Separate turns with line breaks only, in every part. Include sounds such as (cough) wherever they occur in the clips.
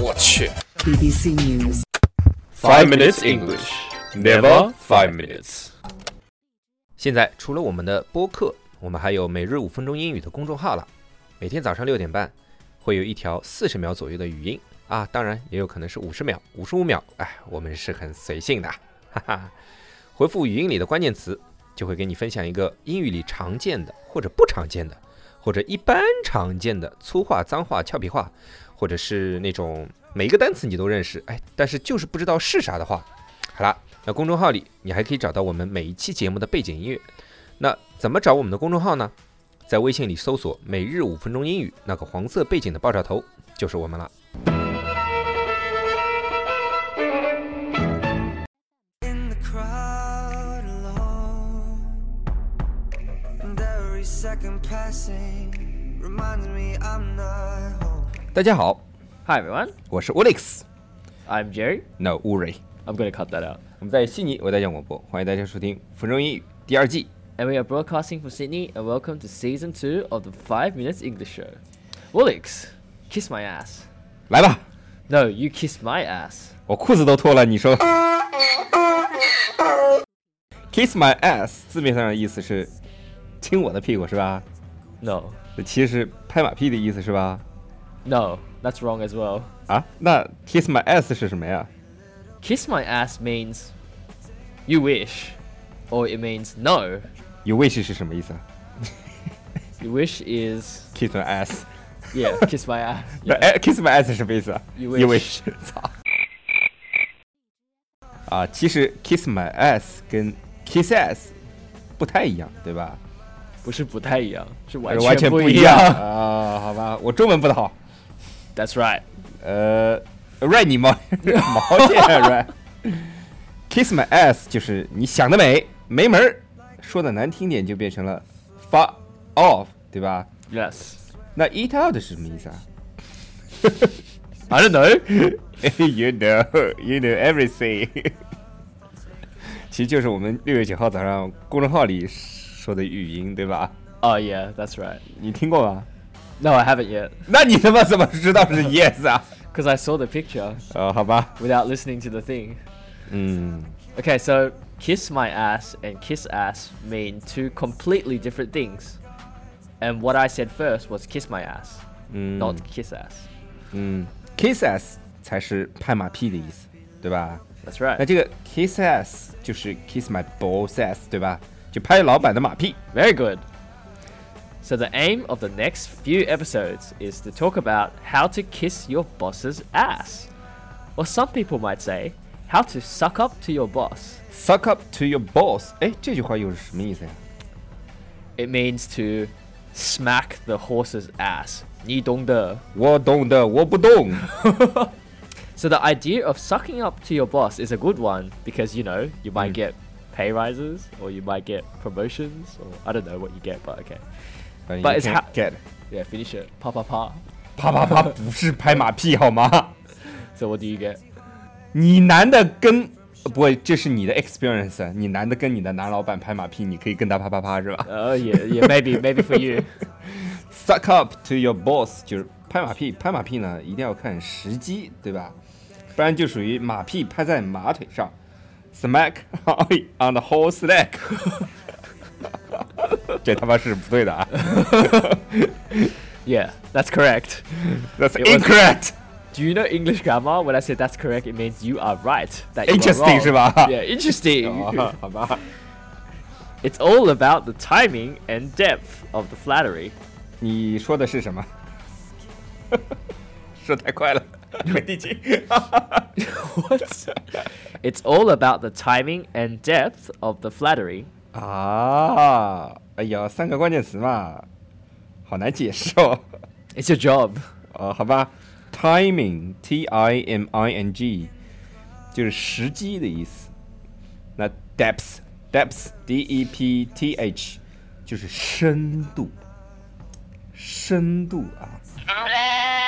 我去
BBC News.
Five minutes English, never five minutes。
现在除了我们的播客，我们还有每日五分钟英语的公众号了。每天早上六点半，会有一条四十秒左右的语音啊，当然也有可能是五十秒、五十五秒。哎，我们是很随性的，哈哈。回复语音里的关键词，就会给你分享一个英语里常见的或者不常见的，或者一般常见的粗话、脏话、俏皮话，或者是那种每一个单词你都认识，哎，但是就是不知道是啥的话。好啦，那公众号里你还可以找到我们每一期节目的背景音乐。那怎么找我们的公众号呢？在微信里搜索“每日五分钟英语”，那个黄色背景的爆炸头就是我们了。
in the crowd alone. And every second passing reminds me I'm not home.
大家好，
Hi everyone,
我是 Alex。
I'm Jerry.
No worry，
I'm gonna cut that out.
我们在悉尼为大家广播，欢迎大家收听《五分钟英语》第二季。
And we are broadcasting from Sydney, and welcome to season two of the Five Minutes English Show. Woolix, kiss my ass.
来吧，
No, you kiss my ass.
我裤子都脱了，你说。Kiss my ass，字面上的意思是亲我的屁股是吧？
No,
其实是拍马屁的意思是吧？
no, that's wrong as well.
啊，那 kiss my ass 是什么呀？
Kiss my ass means you wish, or it means no.
You wish 是什么意思啊
You wish is
？Kiss my (laughs) ass，
yeah, kiss my ass.
那 (laughs) 哎、k i s s my ass 是什么意思啊
You
You
wish
wish，操！ (laughs) 啊，其实 kiss my ass 跟 kiss ass 不太一样，对吧？
不是不太一样，是完
而完全
不
一
样。
(laughs) 啊！好吧，我中文不太好，
That's right.
呃，right 你毛 (laughs) 毛线啊 (laughs) right。Kiss my ass 就是你想得美，没门儿。说的难听点就变成了 fuck off，对吧？
Yes.
那 eat out 是什么意思啊
I don't know.
(laughs) ？You know, you know everything 。 (laughs) 其实就是我们六月九号早上公众号里说的语音，对吧？
Oh yeah, that's right.
你听过吗？
No, I haven't yet,
那你他妈怎么知道 (laughs) 是 yes 啊？
because I saw the picture
呃，好吧，
without listening to the thing.
嗯，
Okay, so kiss my ass and kiss ass mean two completely different things. And what I said first was kiss my ass, not kiss ass.
kiss ass 才是拍马屁的意思，对吧？
That's right.
那这个 kiss ass 就是 kiss my boss ass，对吧？就拍老板的马屁。
Very good. So the aim of the next few episodes is to talk about how to kiss your boss's ass. Or some people might say, how to suck up to your boss.
Suck up to your boss，哎，这句话又是什么意思呀？
It means to smack the horse's ass. 你懂的.
我懂的，我不
(laughs)
懂。
So the idea of sucking up to your boss is a good one because you know, you might get pay rises or you might get promotions or I don't know what you get, but okay.
But
But it's
you can't
ha-
get
Yeah, finish it. Pa pa pa.
啪啪啪，不是拍马屁好吗？ (laughs)
So what do you get?
你男的跟呃不，这是你的 experience，啊你男的跟你的男老板拍马屁，你可以跟他啪啪啪是吧
Oh yeah, yeah, maybe, maybe for you.
？Suck up to your boss 就是拍马屁，拍马屁呢一定要看时机，对吧？不然就属于马屁拍在马腿上，smack (laughs) on the horse leg 。 (laughs) 这他妈是不对的啊
(laughs) Yeah, that's correct.
！That's
It was-
incorrect。 (laughs)
Do you know English grammar? When I say that's correct, it means you are right. That you are
Interesting,
wrong.
是吧？
(laughs) Yeah,
哦
interesting.
好吧，
it's all about the timing and depth of the flattery.
你说的是什么？ (laughs) 说太快了，没听清。
(laughs) what? It's all about the timing and depth of the flattery.
啊，哎呀，三个关键词嘛，好难解释哦。
It's your job.
哦，好吧，timing，t i m i n g，就是时机的意思。那 depth，depth，d e p t h，就是深度，深度啊。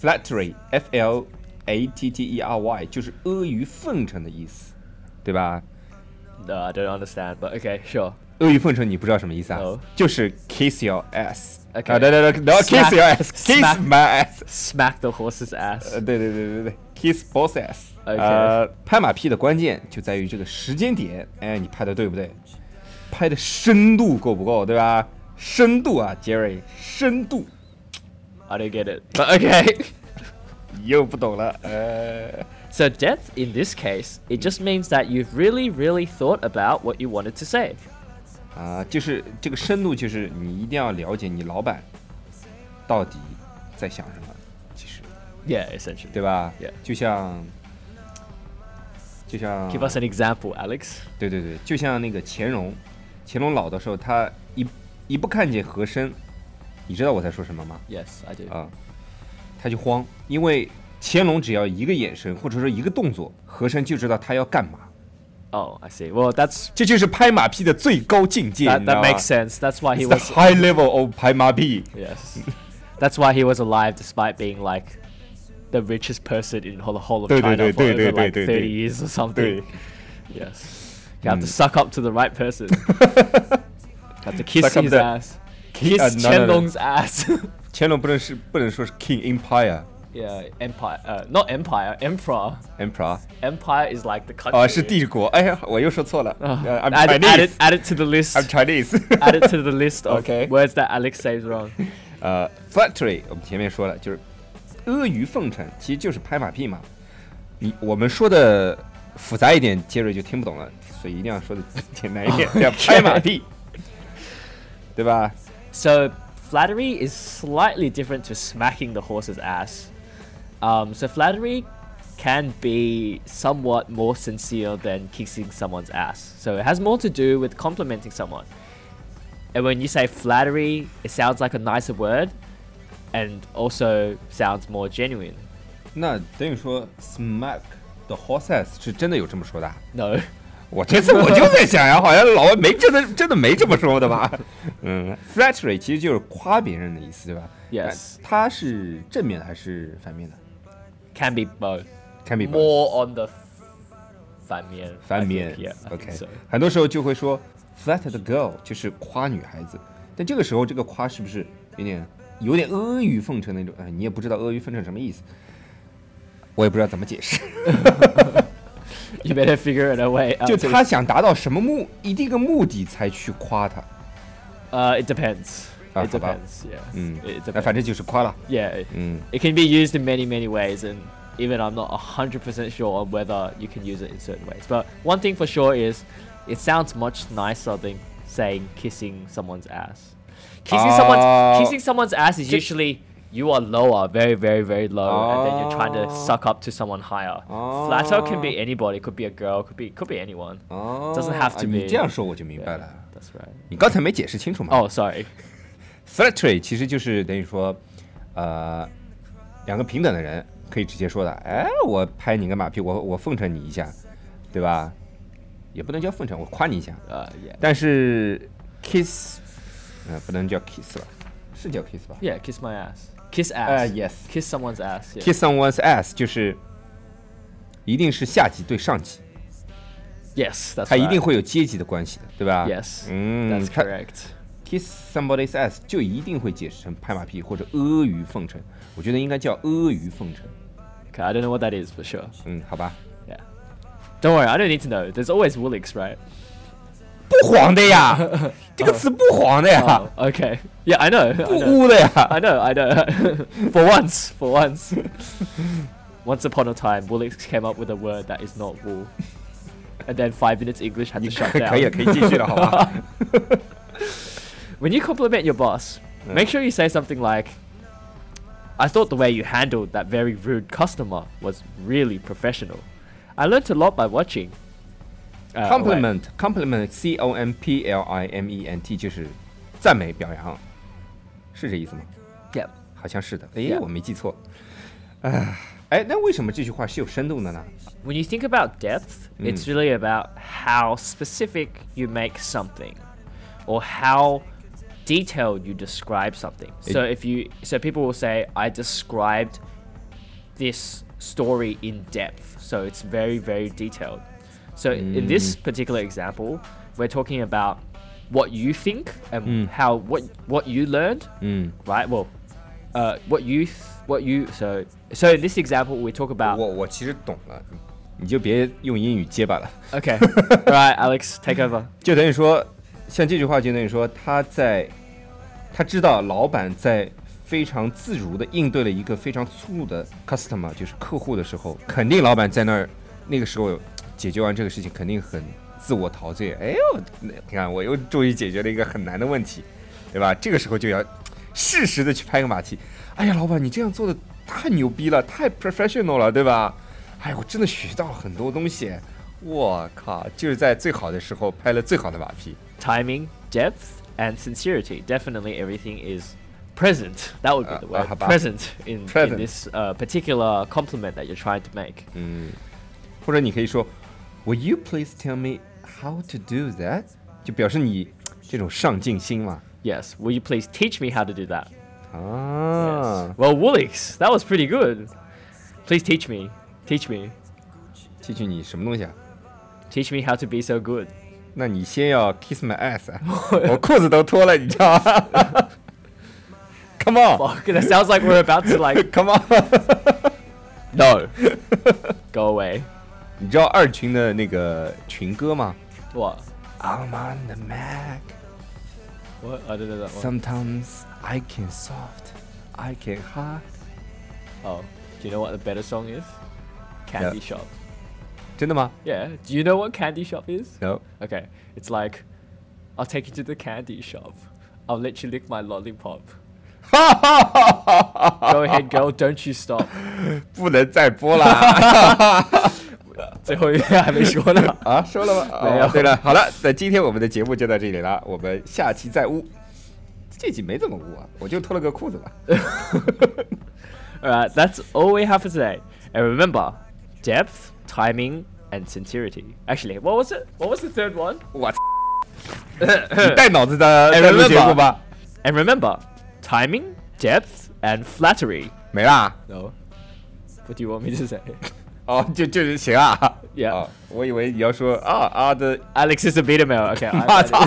flattery，f l a t t e r y，就是阿谀奉承的意思，对吧？
No, I don't understand, but okay, sure.
阿谀奉承你不知道什么意思啊
No
就是 kiss your ass。
OK
啊，对对对，然后
Smack-
kiss your ass，kiss
smack-
my ass。
Smack the horse's
呃，
ass.
对对对对对，kiss both ass。
OK
呃，拍马屁的关键就在于这个时间点，哎，你拍的对不对？拍的深度够不够，对吧？深度啊，Jerry，深度
I don't get it. But okay. (laughs)
又不懂了，呃。
So depth in this case, it just means that you've really, really thought about what you wanted to say.
啊，就是这个深度，就是你一定要了解你老板到底在想什么，其实
Yeah, essentially.
对吧
Yeah
就像就像
Give us an example, Alex.
对对对，就像那个乾隆，乾隆老的时候，他一一不看见和珅，你知道我在说什么吗？
Yes, I do.
啊，他就慌，因为乾隆只要一个眼神或者说一个动作，和珅就知道他要干嘛，
oh, I see. Well, that's
这就是拍马屁的最高境界，你
that,
知道
that
吗
makes sense. That's why he
It's the
was
high level of 拍马屁。
(laughs) yes. That's why he was alive despite being like the richest person in whole- the whole of
Do, do,
China
do,
for
do,
over
do,
like
do, do,
30
do.
years or
对
something.。Yes. You have to suck up to the right person.
(laughs)
have to kiss
Suck up
his
the-
ass. Kiss
uh, no, no, no.
Chen
(laughs)
Long's ass.
乾隆不能是不能说是 King Empire
yeah, empire. Uh, not empire, emperor.
Emperor
Empire is like the country.
啊，是帝国。哎呀，我又说错了。
Oh,
Uh, I'm
add, add it,
Chinese.
add it to the list.
I'm Chinese.
add it to the list of
(laughs) Okay.
words that Alex says wrong.
呃，flattery，我们前面说了，就是阿谀奉承，其实就是拍马屁嘛。你我们说的复杂一点，杰瑞就听不懂了，所以一定要说的 (laughs) 简单一点，叫拍马屁，对吧？
So flattery is slightly different to smacking the horse's ass. Um, so flattery can be somewhat more sincere than kissing someone's ass. So it has more to do with complimenting someone. And when you say flattery, it sounds like a nicer word, and also sounds more genuine.
那等于说 smack the horses 是真的有这么说的啊？
No. (laughs)
我这次我就在想呀，好像老外没真的真的没这么说的吧？嗯，flattery 其实就是夸别人的意思，对吧
Yes
那它是正面的还是反面的
can be both.
？Can be both
More on the f- 反面. I
翻面
think, Yeah. I think
OK，
so.
很多时候就会说 flatter the girl，就是夸女孩子。但这个时候，这个夸是不是有点有点阿谀奉承那种？哎，你也不知道阿谀奉承什么意思，我也不知道怎么解释。
啊 You better (laughs) figure it a way. out
就
to-
他想达到什么目一定个目的才去夸他，
Uh, it depends.
Ah, Mm.
it
how about-
depends. Yeah.
嗯
It- It，
那
depends.
反正就是夸了，
Yeah. It,
嗯。
it can be used in many, many ways, and even I'm not 100% sure on whether you can use it in certain ways. But one thing for sure is it sounds much nicer than saying kissing someone's ass. Kissing someone's
Oh.
kissing someone's ass is usually you are lower, very, very, very low, and then you're trying to
Oh.
suck up to someone higher. Flatter can be anybody. It could be a girl. Could be could be anyone.
哦
Doesn't have
啊
to be
你这样说我就明
Yeah,
白了。
that's right.
你刚才没解释清楚嘛？
Oh, sorry.
flattery 其实就是等于说，呃，两个平等的人可以直接说的，哎，我拍你个马屁，我我奉承你一下，对吧？也不能叫奉承，我夸你一下。
Uh, yeah.
但是 kiss，呃，不能叫 kiss 吧？是叫 kiss 吧
Yeah, kiss my ass. Kiss ass.
Uh, yes.
Kiss someone's ass. Yeah.
？kiss someone's ass 就是一定是下级对上级，
Yes, that's
它
right.
一定会有阶级的关系的，对吧
Yes.
嗯
that's，
它
correct.
kiss somebody's ass 就一定会解释成拍马屁或者阿谀奉承，我觉得应该叫阿谀奉承。
Okay, I don't know what that is for sure.
嗯，好吧，
Yeah. Don't worry, I don't need to know. There's always Woolix, right?
不黄的呀，这个词不黄的呀，
Oh, okay. Yeah, I know. I
不 (laughs)
know.
污的
I
呀。
know. I know. (laughs) for once, for once. once upon a time, Woolix came up with a word that is not wool. And then five minutes English had
你
to
可
shut
可以
down.
可以继续了，好吧？
when you compliment your boss, make sure you say something like, I thought the way you handled that very rude customer was really professional. I learnt a lot by watching. Uh, wait.
compliment compliment c o m p l i m e n t 就是赞美表扬，是这意思吗？
Yeah.
好像是的，哎，
Yeah
我没记错。哎，哎，那为什么这句话是有深度的呢？
When you think about depth, it's really about how specific you make something or how detailed you describe something. so if you so people will say I described this story in depth. So it's very very detailed. So in this particular example, we're talking about what you think and
Mm.
how what what you learned,
嗯，
right? Well, uh, what you th- what you so so in this example we talk about
我我其实懂了，你就别用英语结巴了。 (laughs)
okay, right? Alex, take over.
就等于说，像这句话就等于说他在，他知道老板在非常自如的应对了一个非常粗鲁的 customer，就是客户的时候，肯定老板在那儿那个时候解决完这个事情，肯定很自我陶醉。哎呦，你看我又终于解决了一个很难的问题，对吧？这个时候就要适时的去拍个马屁。哎呀，老板，你这样做的太牛逼了，太 professional 了，对吧？哎，我真的学到了很多东西。我靠，就是在最好的时候拍了最好的马屁。
Timing, depth, and sincerity. Definitely, everything is present. That would be
Uh,
the
uh,
word.
how about-
present in,
Present. Mm.
in this uh, particular compliment that you're trying to make.
嗯，或者你可以说，Will you please tell me how to do that？就表示你这种上进心嘛。
Yes. Will you please teach me how to do that?
啊
Yes. Well, Woolix, that was pretty good. Please teach me. Teach me.
提取你什么东西啊？
Teach me how to be so good. (laughs)
那你先要 kiss my ass，啊我裤子都脱了，你知道吗 (laughs) ？Come
Fuck, that sounds like we're about to like
(laughs) on，Come on！ (laughs)
no. Go away.
你知道二群的那个群歌吗
What?
？I'm on the Mac。
What? I don't know that one.
Sometimes I can soft, I can hard。
Oh, do you know what the better song is? Candy
Yeah.
Shop.
真的吗
Yeah. Do you know what Candy Shop is?
？No。
Okay, it's like, I'll take you to the candy shop. I'll let you lick my lollipop. Go ahead, girl, don't you stop.
不能再播了啊
最后一个还没说呢。
啊！说了吗？
没有
哦对了，好了，那今天我们的节目就到这里了，我们下期再污。这集没怎么污啊，我就脱了个裤子
(laughs)
吧。
Alright, that's all we have for today. And remember, depth, timing, and sincerity. Actually, what was it? What was the third one? (laughs)
我操，你带脑子的
哎
在录节目
remember
吧？
And remember, timing, depth, and flattery.
没啦。
No. What do you want me to say? (laughs)
哦，就就是行啊。
Yeah
哦我以为你要说啊啊的，
Alex is a beta male. Okay,
(laughs) 我
I
操，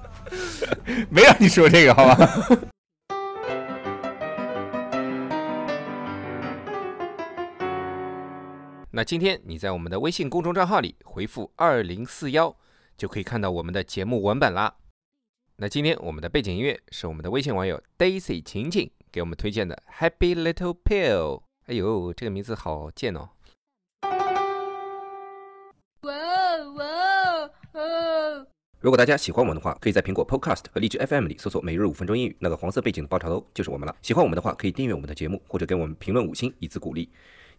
(laughs) 没让你说这个好吧？ (laughs) 那今天你在我们的微信公众账号里回复二零四幺，就可以看到我们的节目文本啦。那今天我们的背景音乐是我们的微信网友 Daisy 晴晴给我们推荐的 Happy Little Pill。哎呦，这个名字好贱哦！
哇哦哇哦哦！
如果大家喜欢我们的话，可以在苹果 Podcast 和荔枝 FM 里搜索“每日五分钟英语”，那个黄色背景的爆炒头就是我们了。喜欢我们的话，可以订阅我们的节目，或者给我们评论五星以资鼓励。